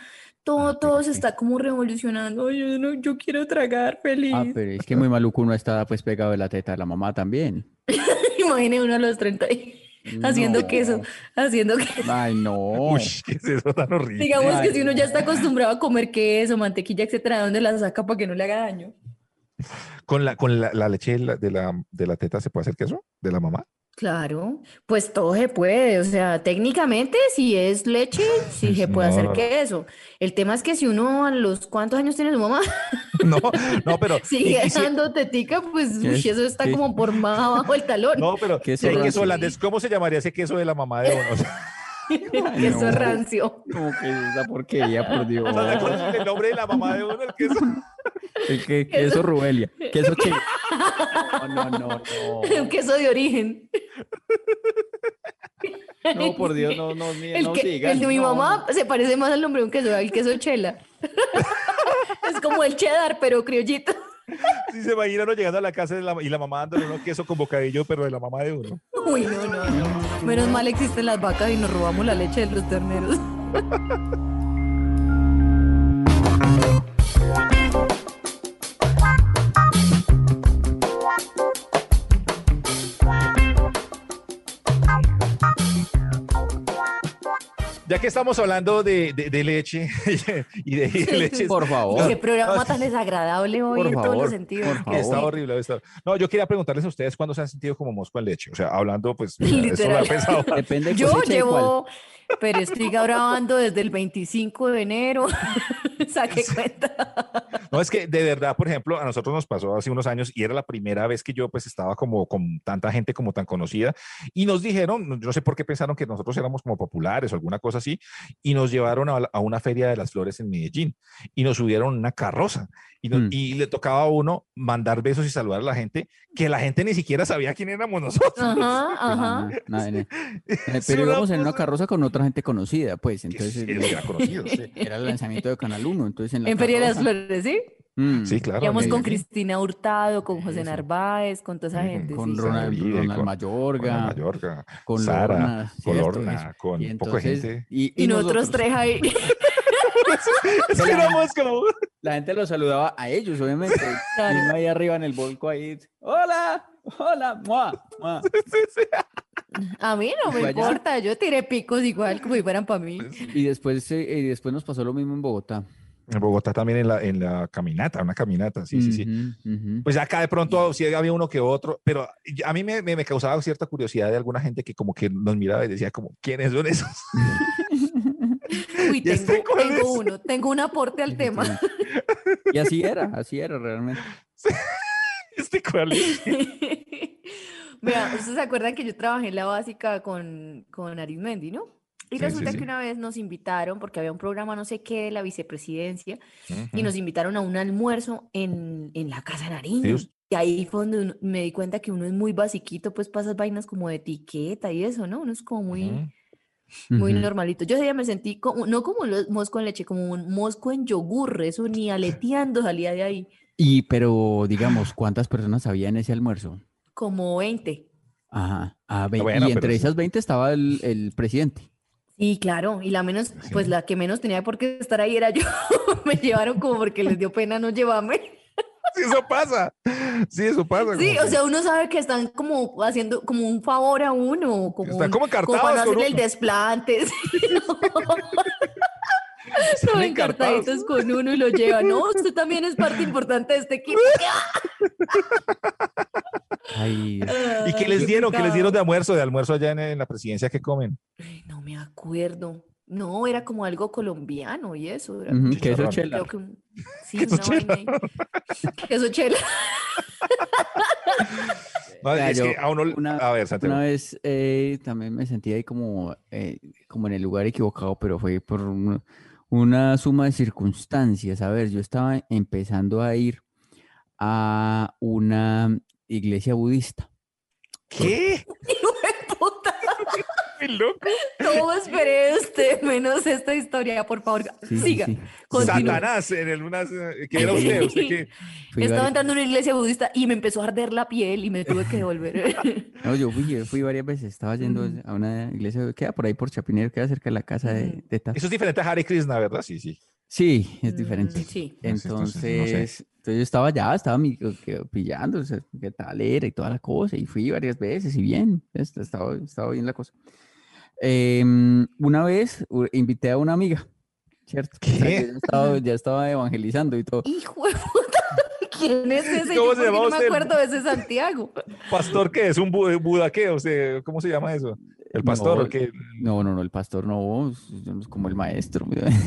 todo,
Ah,
todo
pero
se
sí.
está como revolucionando. Ay, yo, no- yo quiero tragar feliz.
Ah, pero es que muy maluco uno está pues pegado de la teta de la mamá también.
Imagine uno a los 30 y- haciendo
No.
queso, haciendo queso.
Ay, no.
Uy, ¿qué es eso tan horrible?
Digamos
Ay,
que si uno ya está acostumbrado a comer queso, mantequilla, etcétera, ¿de dónde la saca para que no le haga daño?
¿Con la, con la, la leche de la, de, la, de la teta se puede hacer queso? ¿De la mamá?
Claro, pues todo se puede, o sea, técnicamente si es leche, sí se puede hacer
No.
queso. El tema es que si uno a los cuántos años tiene su mamá
No, no, pero. y-
sigue
y si-
dando tetica, pues
¿Qué
uy,
es?
eso está
¿Qué?
como por más abajo el talón.
no, pero.
Queso
si hay queso
rancio.
holandés, ¿cómo se llamaría ese queso de la mamá de uno? O sea,
Ay,
Queso
no.
rancio.
Como que es esa porquería, por Dios.
¿estás de
Oh.
acuerdo? el nombre de la mamá de uno, el queso.
El que, queso Rubelia. Queso Che. No, no, no, no.
Un queso de origen.
No, por Dios, no, no, ni-
El,
no
que-
sigas,
el de mi
no,
mamá se parece más al nombre de un queso, al queso chela. es como el cheddar, pero criollito.
Si se imagina uno llegando a la casa de la- y la mamá dándole uno queso con bocadillo, pero de la mamá de uno.
Uy, no, no, no. Menos mal existen las vacas y nos robamos la leche de los terneros.
Ya que estamos hablando de, de- de leche y de, y de
pues,
leches,
Por favor.
Qué programa tan desagradable hoy
Por
en todos
favor,
los sentidos.
por favor.
Está horrible. está- No, yo quería preguntarles a ustedes cuándo se han sentido como mosco en leche. O sea, hablando, pues, mira, eso lo ha
Literal.
pensado.
Depende de
Yo
cosecha de cuál.
llevo, pero estoy grabando desde el 25 de enero. Saqué cuenta.
No, es que de verdad, por ejemplo, a nosotros nos pasó hace unos años y era la primera vez que yo pues estaba como con tanta gente como tan conocida y nos dijeron, no- yo no sé por qué pensaron que nosotros éramos como populares o alguna cosa así y nos llevaron a, la- a una feria de las flores en Medellín y nos subieron en una carroza y, nos-
Mm.
y le tocaba a uno mandar besos y saludar a la gente que la gente ni siquiera sabía quién éramos nosotros.
Ajá, ajá.
Ajá, Pues, nada, nada. Eh,
Sí,
Pero
una
íbamos en una
cosa-
carroza con otra gente conocida, pues.
Que
Entonces
sí, era conocido, sí.
era el lanzamiento de Canal 1. Entonces en la
En Feria de las
carroza-
Flores, ¿sí?
Mm,
Sí, claro.
Íbamos
ok,
con
ok.
Cristina Hurtado, con José
Eso.
Narváez, con toda esa
Ujú,
gente.
Con
sí.
Ro-
Ronald,
Sarabide,
Ronald
con-
Mayorga.
Con la Mallorca,
con
Sara,
Lorna,
con
¿cierto?
Lorna,
Eso.
con
Y
poca
entonces-
gente.
Y, nosotros tres ahí.
Es que éramos como-
La gente los saludaba a ellos, obviamente.
Claro.
Y uno ahí arriba en el volco ahí. ¡Hola! ¡Hola! ¡Mua! ¡Mua!
A mí no me
Vaya.
importa, yo tiré picos igual como si fueran para mí.
Y después, eh, y después nos pasó lo mismo en Bogotá.
En Bogotá también en la, en la caminata, una caminata, sí, sí, sí.
Ujú, ujú.
Pues acá de pronto sí había uno que otro, pero yo- a mí me, me- me causaba cierta curiosidad de alguna gente que como que nos miraba y decía como, ¿quiénes son esos?
Uy,
¿Y este
tengo,
cuál
tengo
es?
uno, tengo un aporte al tema.
Y así era, así era realmente.
¿Este cuál es?
Vea, ustedes se acuerdan que yo trabajé en la básica con, con Arismendi, ¿no? Y
Sí, sí,
resulta
sí.
que una vez nos invitaron, porque había un programa no sé qué de la vicepresidencia, y nos invitaron a un almuerzo en, en la Casa Nariño.
us-
Y ahí fue donde uno- me di cuenta que uno es muy basiquito, pues pasas vainas como de etiqueta y eso, ¿no? Uno es como muy...
Ujú.
Muy
Ujú.
normalito. Yo ese día me sentí como, no como un mosco en leche, como un mosco en yogur, eso ni aleteando salía de ahí.
Y, pero digamos, ¿cuántas personas había en ese almuerzo?
Como 20.
Ajá. ah, ve-
Bueno,
y entre
pero sí.
esas 20 estaba el, el presidente.
Sí, claro, y la menos, pues la que menos tenía por qué estar ahí era yo. Me llevaron como porque les dio pena no llevarme.
Sí, eso pasa. Sí, eso pasa.
Sí,
como
o
que-
sea, uno sabe que están como haciendo como un favor a uno, como,
Están
un-
como
para
encartados
no
con
hacerle el
uno.
desplante. sí, no.
Están
Son
encartados.
encartaditos con uno y lo llevan. No, usted también es parte importante de este equipo.
Ay,
¿Y qué les
Ay,
dieron? ¿Qué les
pecado.
dieron de almuerzo? De almuerzo allá en, en la presidencia que comen.
Ay, no me acuerdo. No, era como algo colombiano y eso. Era
ujú, que eso
chicharrón.
chela.
Creo que un- sí,
Queso
una vaina ahí. Queso chela.
No,
Vea,
es que
yo
a uno.
una-
a ver, Santiago.
Una vez eh, también me sentí ahí como, eh, como en el lugar equivocado, pero fue por un- una suma de circunstancias. A ver, yo estaba empezando a ir a una iglesia budista.
¿Qué?
Hijo de puta,
Muy loco.
Todo esperé de usted, este, menos esta historia, por favor.
Sí, sí,
Siga.
sí.
continúe.
Satanás en el una. ¿Qué era usted? ¿Usted qué?
Fui
Estaba
vari-
entrando en una iglesia budista y me empezó a arder la piel y me tuve que devolver.
No, yo fui, yo fui varias veces, estaba yendo
Ujú.
a una iglesia, queda por ahí por Chapinero, queda cerca de la casa de,
Ujú.
de Tata.
Eso es diferente a Hare Krishna, ¿verdad? Sí, sí.
Sí, es
Mm,
diferente.
sí.
Entonces, entonces, no sé.
Entonces, entonces yo estaba allá, estaba mi- que- pillando, o sea, qué tal era y toda la cosa, y fui varias veces y bien, est- estaba, estaba bien la cosa. Em, una vez u- invité a una amiga, ¿cierto? O sea,
¿Qué?
yo ya, estaba, ya estaba evangelizando y todo.
Hijo de puta. ¿Quién es ese? Yo
¿Cómo se
porque
llamaba
no me
usted?
acuerdo de ese Santiago.
¿Pastor qué es? ¿Un bu- eh, Buda qué? O sea, ¿Cómo se llama eso? ¿El pastor
No,
o qué?
No, no, no, el pastor no, es como el maestro.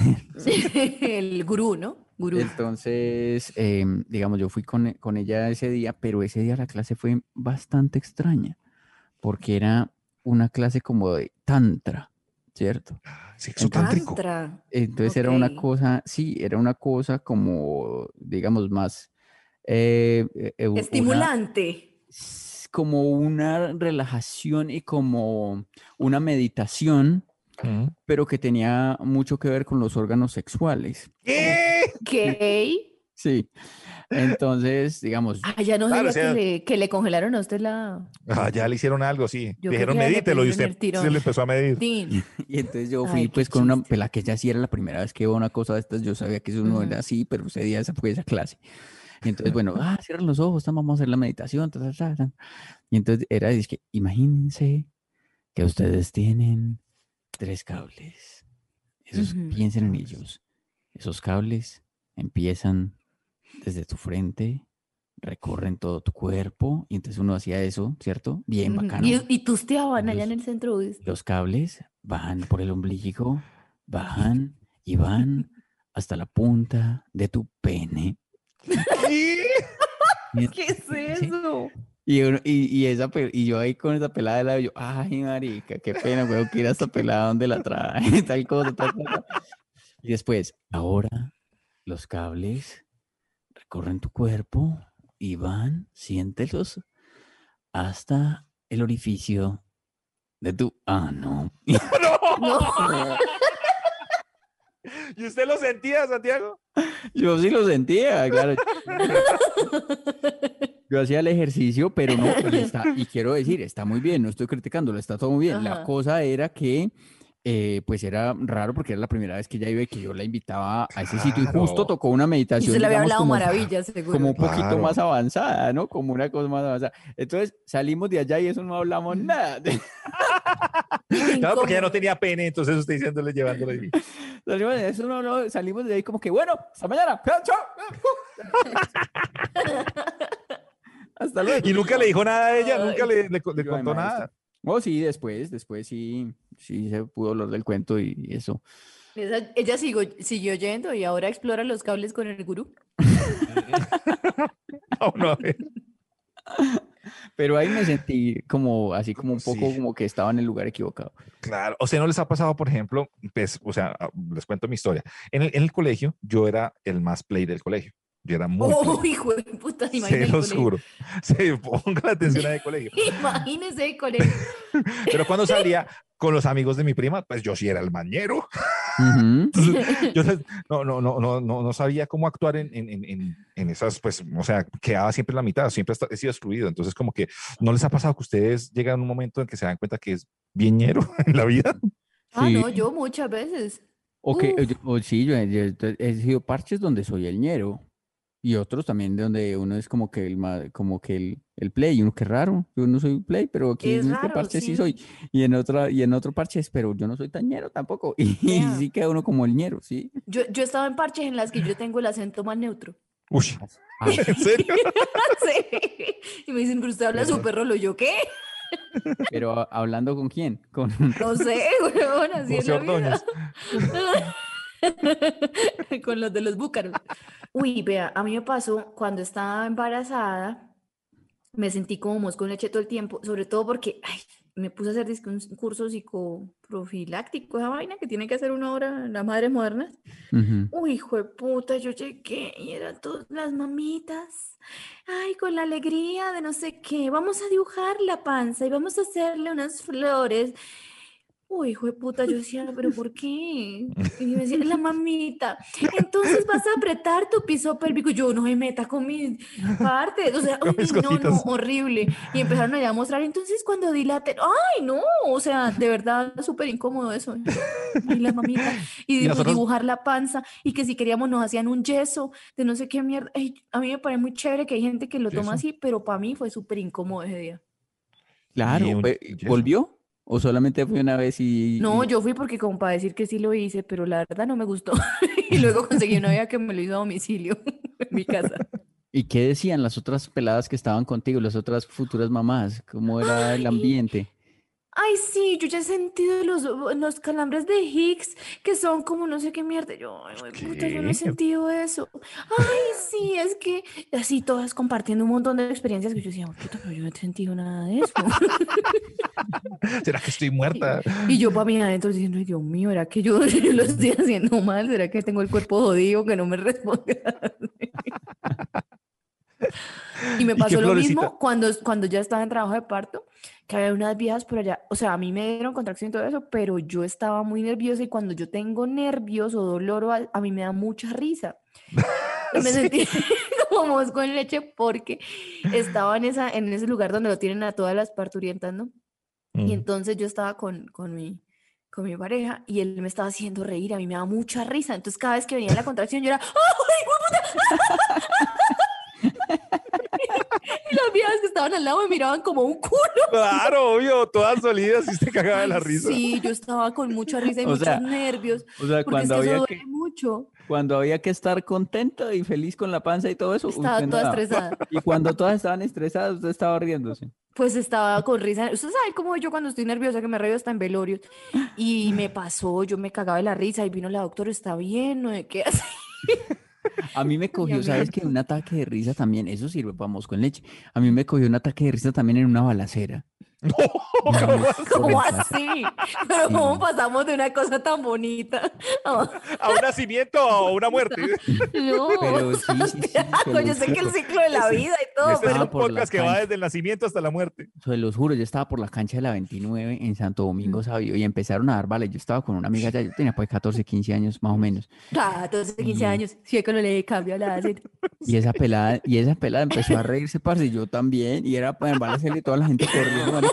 El gurú, ¿no? Gurú.
Entonces, em, digamos, yo fui con, e- con ella ese día, pero ese día la clase fue bastante extraña, porque era una clase como de tantra, ¿cierto?
Sexo
Entonces-
tántrico.
Tantra.
Entonces era una
Ok.
cosa, sí, era una cosa como, digamos, más... eh, eh, eh, una-
Estimulante.
s- como una relajación y como una meditación,
Mm.
pero que tenía mucho que ver con los órganos sexuales.
¿Qué?
Ok.
Sí. Entonces, digamos,
Ah, ya no
Claro,
sabía
o sea-
que, le, que le congelaron a usted la.
Ah, ya le hicieron algo, sí.
Yo
Dijeron,
quería
medítelo y
detener
usted
el tirón.
se le empezó a medir.
Tin.
Y entonces yo fui
Ay, qué
pues con una
chiste.
pela que ya sí era la primera vez que iba a una cosa de estas, yo sabía que eso no era
Ujú.
así, pero ese día esa fue esa clase. Y entonces, bueno, ah, cierran los ojos, tan, vamos a hacer la meditación. ta, ta, ta, ta. Y entonces era, es que imagínense que ustedes tienen tres cables. Esos,
Ujú.
Piensen en ellos. Esos cables empiezan desde tu frente, recorren todo tu cuerpo, y entonces uno hacía eso, ¿cierto? Bien
Ujú.
bacano.
Y, y tusteaban allá en
Entonces-
el centro budista.
Los cables van por el ombligo, bajan y van hasta la punta de tu pene.
¿Qué?
Y-
¿Qué es
sí.
eso?
Y, uno- y, y esa, pe- y yo ahí con esa pelada de lado, yo, ay, marica, qué pena, weón, que ir hasta pelada donde la trae, tal cosa, tal cosa. Y después, ahora los cables recorren tu cuerpo y van, siéntelos, hasta el orificio de tu ano.
No.
¿Y usted lo sentía, Santiago?
Yo sí lo sentía, claro. Yo hacía el ejercicio, pero no, y, está- y quiero decir, está muy bien, no estoy criticándolo, está todo muy bien. La
Ajá.
cosa era que, eh, pues era raro porque era la primera vez que ella iba y que yo la invitaba a ese sitio y
Claro.
justo tocó una
Y
meditación.
se le había
digamos,
hablado
como-
maravillas, seguro.
como un poquito
Claro.
más avanzada, ¿no? Como una cosa más avanzada. Entonces salimos de allá y eso no hablamos nada.
Claro, porque ya
incómodo.
no tenía pene, entonces usted diciéndole, llevándole. ahí.
Salimos de, eso no, hablamos, salimos de ahí como que, bueno, hasta mañana. Chao. Hasta luego.
Y nunca le dijo nada a ella,
Ay.
nunca le, le- le contó
Yo, ay, maestra.
nada.
Oh, sí, después, después sí, sí se pudo hablar del cuento y, y eso.
Esa- ella sigo- siguió yendo y ahora explora los cables con el gurú.
No, no, a ver.
Pero ahí me sentí como, así como un poco
Sí.
como que estaba en el lugar equivocado.
Claro, o sea, no les ha pasado, por ejemplo, pues, o sea, ah, les cuento mi historia. En el, en el colegio, yo era el más play del colegio. Yo era muy.
Oh,
play.
hijo de puta,
Se
imagínese. el
los
colegio.
juro. Se ponga la atención a el colegio.
Imagínese el colegio.
Pero cuando salía con los amigos de mi prima, pues yo sí era el mañero.
Ah,
Ujú.
Entonces, yo no, no, no, no, no, no sabía cómo actuar en, en- en- en- en esas, pues, o sea, quedaba siempre en la mitad, siempre he sido excluido. Entonces, como que no les ha pasado que ustedes llegan a un momento en que se dan cuenta que es viñero en la vida.
Ah,
Sí.
no, yo muchas veces.
O que-
Uf.
yo- o sí, yo, yo- yo he sido parches donde soy el ñero. Y otros también de donde uno es como que el ma- como que el, el play, y uno que raro, yo no soy play, pero aquí
Es
en este
raro,
parche sí
sí.
soy. Y en otra, y en otro parche es, pero yo no soy tan ñero tampoco. Y,
Vea.
sí queda uno como el ñero, sí.
Yo, yo he estado en parches en las que yo tengo el acento más neutro.
Uy,
Ah,
¿en serio?
Sí. Y me dicen, pero usted habla
Pero-
súper rolo. ¿Yo qué?
pero a- hablando con quién, con
No sé, weón, así es
José
la vida.
Ordóñez.
Con los de los búcaros. Uy, vea, a mí me pasó cuando estaba embarazada, me sentí como mosco en leche todo el tiempo, sobre todo porque ay, me puse a hacer dizque un curso psicoprofiláctico, esa vaina que tiene que hacer una hora las madres modernas.
Ujú.
Uy, hijo de puta, yo llegué y eran todas las mamitas. Ay, con la alegría de no sé qué. Vamos a dibujar la panza y vamos a hacerle unas flores. Uy, hijo de puta, yo decía, pero ¿por qué? Y me decía, la mamita, entonces vas a apretar tu piso pélvico. Yo no me meta con mis partes. O sea,
Con
uy,
mis
no, no,
cositas.
horrible. Y empezaron allá a mostrar, entonces cuando dilaten, ay, no, o sea, de verdad, súper incómodo eso. ¿eh? Ay, la mamita. Y,
Y
nos
nosotros-
dibujar la panza y que si queríamos nos hacían un yeso de no sé qué mierda. Ay, a mí me parece muy chévere que hay gente que lo
Yeso.
toma así, pero para mí fue súper incómodo ese día.
Claro,
un-
pe-
y eso.
¿volvió? ¿O solamente fue una vez y,
No,
y-
yo fui porque como para decir que sí lo hice, pero la verdad no me gustó. y luego conseguí una vieja que me lo hizo a domicilio en mi casa.
y qué decían las otras peladas que estaban contigo, las otras futuras mamás? ¿Cómo era el
Ay,
ambiente?
Ay, sí, yo ya he sentido los, los calambres de Higgs, que son como no sé qué mierda. Yo, ay, güey, puta, yo no
¿Qué?
he sentido eso. Ay, sí, es que así todas compartiendo un montón de experiencias que yo decía, "Ay, puta, pero yo no he sentido nada de eso.
¿Será que estoy muerta?
Y yo para mí adentro diciendo, "Ay, Dios mío, ¿era que yo, yo lo estoy haciendo mal? ¿Será que tengo el cuerpo jodido que no me responde? Y me
¿Y qué
pasó lo
florecita?
mismo cuando, cuando ya estaba en trabajo de parto, que había unas viejas por allá. O sea, a mí me dieron contracción y todo eso, pero yo estaba muy nerviosa y cuando yo tengo nervios o dolor, o al- a mí me da mucha risa. Y me sentí como mosco en leche porque estaba en, esa, en ese lugar donde lo tienen a todas las parturientas, ¿no? Y
Mm.
entonces yo estaba con, con, mi, con mi pareja y él me estaba haciendo reír, a mí me daba mucha risa. Entonces cada vez que venía la contracción yo era, ¡ay, hueputa! Y las viejas que estaban al lado me miraban como un culo.
Claro, obvio, todas solidas y se cagaba de la
Ay,
risa.
Sí, yo estaba con mucha risa y
O
muchos
sea,
nervios.
O
Porque
sea,
es
cuando
que eso
había
duele
que,
mucho.
cuando había que estar contento y feliz con la panza y todo eso,
Estaba
usted no
toda
daba.
estresada.
Y cuando todas estaban estresadas, usted estaba riéndose.
Pues estaba con risa. Usted sabe cómo yo cuando estoy nerviosa que me río hasta en velorios. Y me pasó, yo me cagaba de la risa y vino la doctora, está bien, no sé qué hacer.
A mí me cogió, ¿sabes qué? Un ataque de risa también, eso sirve para mosco en leche. A mí me cogió un ataque de risa también en una balacera. No,
¿Cómo
en casa.
así? Pero ¿cómo pasamos de una cosa tan bonita? a-
A un nacimiento o a una muerte.
No,
Pero sí, sí, sí,
carajo,
se
yo
los
sé que el
juro,
ciclo de la vida y todo, pues,
Este es
Ah,
un
pero
por la
podcast que va
cancha.
desde el nacimiento hasta la muerte.
se los juro, yo estaba por la cancha de la 29 en Santo
Mm.
Domingo Sabio y empezaron a dar balas. Yo estaba con una amiga ya, yo tenía pues 14, 15 años más o menos.
14, 15
Mm.
años, si es que no le cambio la edad.
Y esa pelada, y esa pelada empezó a reírse, parce, y yo también, y era para embarazarle y toda la gente corriendo, marica,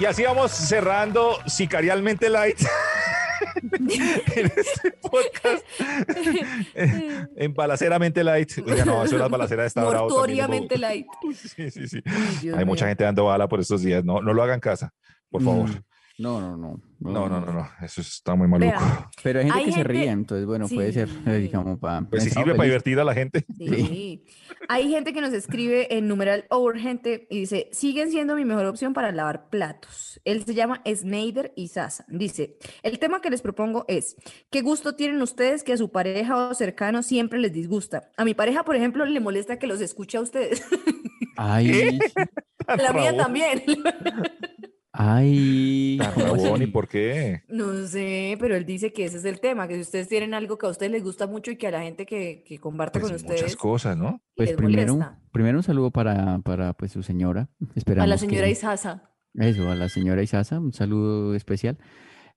Y así vamos cerrando sicarialmente light en este podcast. en balaceramente light. Oiga, no, eso de las balaceras está bravo también,
Mortuoriamente
¿no?
light.
Sí, sí, sí.
Uy, Dios
Hay mucha
mío.
gente dando bala por estos días. No, no lo hagan en casa, por favor.
No, no, no.
Mm, No, no, no, no. Eso está muy maluco.
Vea.
Pero hay gente
Hay
que se
gente-
ríe, entonces, bueno, puede ser, eh,
Sí.
digamos, para...
Pues si sirve para divertir a la gente.
Sí. Hay gente que nos escribe en numeral o urgente y dice, siguen siendo mi mejor opción para lavar platos. Él se llama Snyder y Sasa. Dice, el tema que les propongo es, ¿qué gusto tienen ustedes que a su pareja o cercano siempre les disgusta? A mi pareja, por ejemplo, le molesta que los escuche a ustedes.
Ay,
La mía
Rabón.
también.
ay.
Tan
¿cómo
rabón, ¿y
así?
por qué?
No sé, pero él dice que ese es el tema, que si ustedes tienen algo que a ustedes les gusta mucho y que a la gente que, que comparte
Pues
con
muchas
ustedes
cosas, ¿no?
Pues
les
primero,
molesta.
primero un saludo para, para pues, su señora. Esperamos
A la señora
que-
Isasa.
Eso, a la señora Isasa, un saludo especial.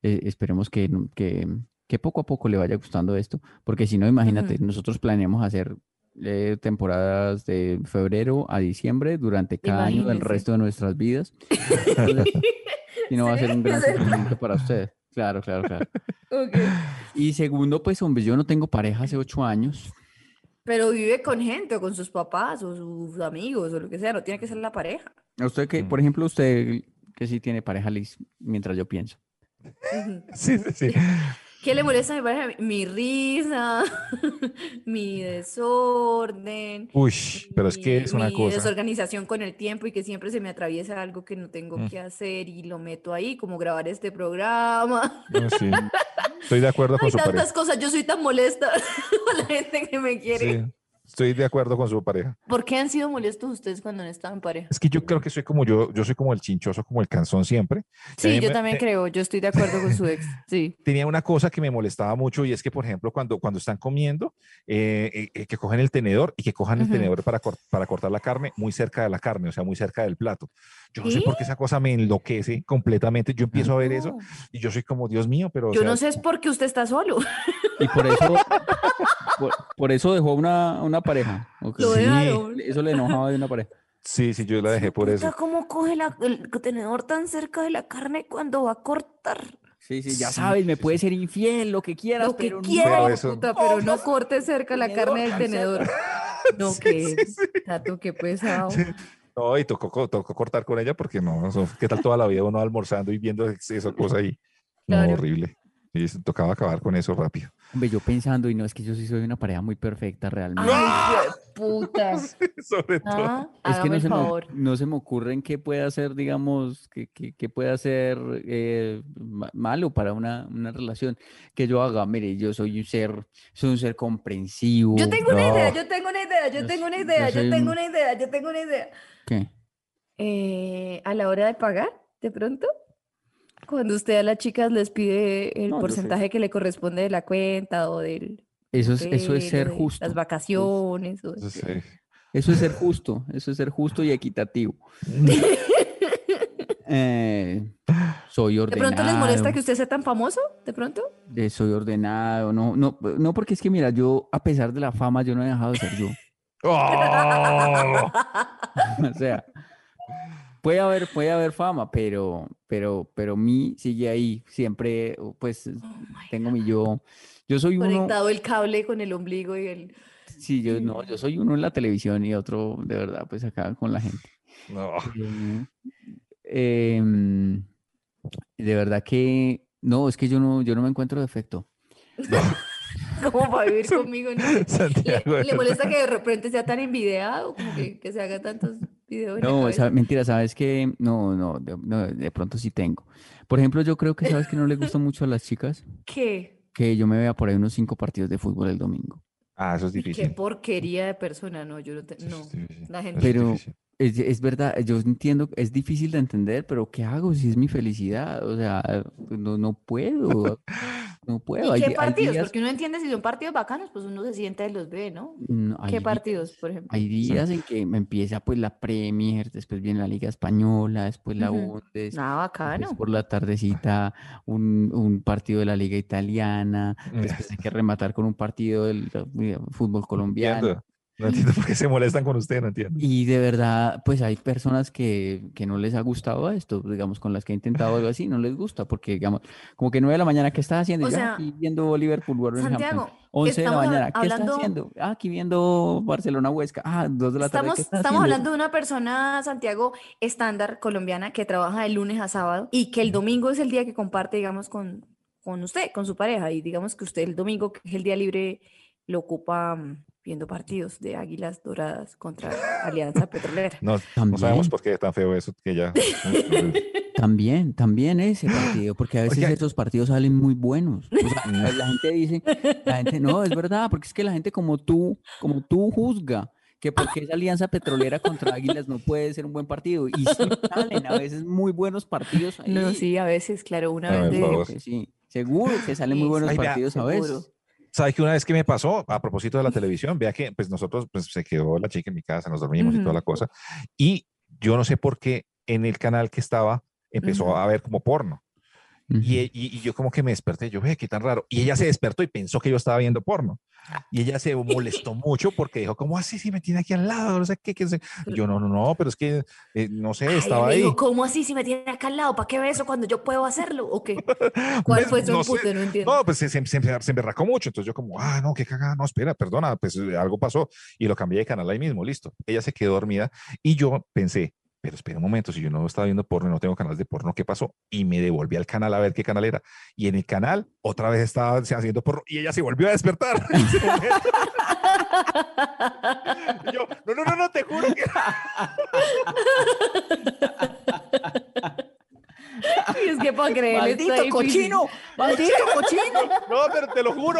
Eh, esperemos que, no- que, que poco a poco le vaya gustando esto, porque si no, imagínate, nosotros planeamos hacer eh, temporadas de febrero a diciembre durante cada año del
Imagínense.
resto de nuestras vidas. Entonces, si no va a ser un gran
Sí, es verdad.
sufrimiento para ustedes. Claro, claro, claro. Y segundo, pues, hombre, yo no tengo pareja hace ocho años.
Pero vive con gente, o con sus papás, o sus amigos, o lo que sea, no tiene que ser la pareja.
A usted que, por ejemplo, usted que sí tiene pareja, Liz, mientras yo pienso.
Ujú.
Sí, sí, sí.
¿Qué le molesta a mi pareja? Mi risa, mi desorden,
Uy, pero es que
mi-
es una
mi
cosa.
desorganización con el tiempo y que siempre se me atraviesa algo que no tengo
Mm.
que hacer y lo meto ahí, como grabar este programa.
No, sí. Estoy de acuerdo con
Hay
su pareja.
tantas cosas, yo soy tan molesta con la gente que me quiere.
Sí, estoy de acuerdo con su pareja.
¿Por qué han sido molestos ustedes cuando no estaban en pareja?
Es que yo creo que soy como yo, yo soy como el chinchoso, como el canzón siempre. Y a
Sí,
mí
yo
me-
también
te-
creo, yo estoy de acuerdo con su ex. Sí.
tenía una cosa que me molestaba mucho y es que, por ejemplo, cuando, cuando están comiendo, eh, eh, eh, que cogen el tenedor y que cojan el
Ujú.
tenedor para, cor- para cortar la carne muy cerca de la carne, o sea, muy cerca del plato. Yo no sé por qué esa cosa me enloquece completamente. Yo empiezo a ver eso y yo soy como, Dios mío, pero... o
Yo
sea,
no sé, es porque usted está solo.
Y por eso, por, por eso dejó una, una pareja. ¿ok?
Lo
Sí.
dejaron.
Eso le enojaba de una pareja.
Sí, sí, yo la dejé por eso.
Puta, ¿Cómo coge la- el tenedor tan cerca de la carne cuando va a cortar?
Sí, sí, ya
Sí,
sabes, me
sí,
puede ser infiel, lo que quieras,
Lo que
pero Ah, no- pues,
quiera,
Pero
hijo
eso-
puta, pero no corte cerca la carne del tenedor. No, que tato, qué pesado.
No, y tocó, co- tocó cortar con ella porque no, eso- qué tal toda la vida uno almorzando y viendo ex- esa cosa ahí. No,
Claro.
horrible. Y eso, tocaba acabar con eso rápido.
Hombre, yo pensando, y no, es que yo sí soy una pareja muy perfecta realmente.
Ah, Ay, putas.
Sobre
Ah,
todo.
Es
hágame
que no
el
se, me, Uh,
favor.
no se me ocurre en qué pueda ser, digamos, que, que, que pueda ser eh, ma- malo para una, una relación que yo haga. Mire, yo soy un ser, soy un ser comprensivo.
Yo tengo una idea,
No.
yo tengo una idea, yo
Yo
tengo una
soy- yo
idea,
soy
yo tengo
un-
una idea, yo tengo una idea.
¿Qué?
Eh, a la hora de pagar, de pronto, cuando usted a las chicas les pide el
No, yo soy-
porcentaje que le corresponde de la cuenta o del
Eso es, eso es
hotel
ser
o de
justo.
Eh, las vacaciones. o de-
Entonces, eh,
Eso es ser justo, eso es ser justo y equitativo. Eh, soy
¿De
ordenado.
pronto les molesta que usted sea tan famoso? ¿De pronto?
eh, soy ordenado, no, no, no, porque es que mira, yo a pesar de la fama, yo no he dejado de ser yo.
¡Oh!
O sea, puede haber, puede haber fama, pero, pero, pero mi sigue ahí, siempre, o, pues, tengo mi yo. Yo soy uno,
Conectado el cable con el ombligo y el...
sí, yo no, yo soy uno en la televisión y otro, de verdad, pues acá con la gente.
No.
Eh, em, de verdad que no, es que yo no, yo no me encuentro defecto.
¿Cómo va a vivir conmigo? no?
Santiago,
¿Le,
de
le
verdad.
molesta que de repente sea tan envidiado? Como que, que se haga tantos videos en la
No,
cabeza?
esa- mentira, sabes que no, no, de, no, de pronto sí tengo. Por ejemplo, yo creo que sabes que no le gusta mucho a las chicas
¿Qué?
que yo me vea por ahí unos cinco partidos de fútbol el domingo.
Ah, eso es
Uy, Qué
difícil.
porquería de persona, no, yo no, te-
Eso es
no.
difícil.
la gente-
Eso es
Pero-
difícil.
Es, es verdad, yo entiendo, es difícil de entender, pero ¿qué hago si es mi felicidad? O sea, pues, no, no puedo, no puedo.
¿Y
hay
qué
di- hay
partidos?
días-
Porque uno entiende si son partidos bacanos, pues uno se sienta y los ve, ¿no?
no, hay
¿Qué
días-
partidos, por ejemplo?
Hay días en que me empieza pues la Premier, después viene la Liga Española, después la
Ujú.
Bundes,
Nada
después
bacano.
por la tardecita un, un partido de la Liga pues, Italiana, después hay que rematar con un partido del eh, fútbol colombiano.
Entiendo. No entiendo por qué se molestan con usted, no entiendo.
Y de verdad, pues hay personas que, que no les ha gustado esto, digamos, con las que he intentado algo así, no les gusta, porque digamos, como que 9 de la mañana, ¿qué estás haciendo?
O
Y yo, "Ah,
sea,
aquí viendo Liverpool, Wolverhampton.
Santiago,
11 de la
estamos hab-
mañana, ¿qué estás
hablando-
haciendo? Ah, aquí viendo Barcelona Huesca. Ah, 2 de la tarde.
Estamos,
¿qué estás
estamos
haciendo?".
hablando de una persona, Santiago, estándar colombiana que trabaja de lunes a sábado y que el domingo es el día que comparte, digamos, con, con usted, con su pareja. Y digamos que usted el domingo, que es el día libre, lo ocupa mm, viendo partidos de Águilas Doradas contra Alianza Petrolera.
No, no
También.
sabemos por qué es tan feo eso que ya.
También, también ese partido, porque a veces
Oiga.
esos partidos salen muy buenos. O sea, la gente dice, la gente, no, es verdad, porque es que la gente como tú, como tú juzga que porque esa alianza petrolera contra Águilas no puede ser un buen partido. Y sí salen a veces muy buenos partidos ahí.
No, sí, a veces, claro, una
A
vez
ver,
de-
por favor.
Seguro que sí. Seguro que salen muy
Sí,
buenos
Ay, vea,
partidos a
seguro.
veces.
¿Sabes que una vez que me pasó, a propósito de la televisión, vea que pues nosotros, pues se quedó la chica en mi casa, nos dormimos y toda
Ujú.
la cosa, y yo no sé por qué en el canal que estaba empezó
Ujú.
a ver como porno. Y, e- y- y yo como que me desperté, yo, ve, qué tan raro. Y ella se despertó y pensó que yo estaba viendo porno.
Ah.
Y ella se molestó mucho porque dijo, ¿cómo así? Si me tiene aquí al lado, no sé qué, qué sé". Yo, no, no, no, pero es que, eh, no sé,
Ay,
estaba
amigo,
ahí.
¿Cómo así si me tienen acá al lado? ¿Para qué ve eso cuando yo puedo hacerlo? ¿O qué? ¿Cuál
Pues,
fue su
no sé,
empujo? No entiendo.
No, pues se, se, se embe- se emberracó mucho. Entonces yo como, ah, no, qué cagada, no, espera, perdona, pues eh, algo pasó. Y lo cambié de canal ahí mismo, listo. Ella se quedó dormida y yo pensé, pero espera un momento, si yo no estaba viendo porno, y no tengo canales de porno, ¿qué pasó? Y me devolví al canal a ver qué canal era. Y en el canal otra vez estaba se- haciendo porno y ella se volvió a despertar. en ese momento. Y yo, no, no, no, no, te juro que...
Y es que para creerle está
¡Maldito
difícil.
cochino! ¡Maldito cochino!
No, pero te lo juro.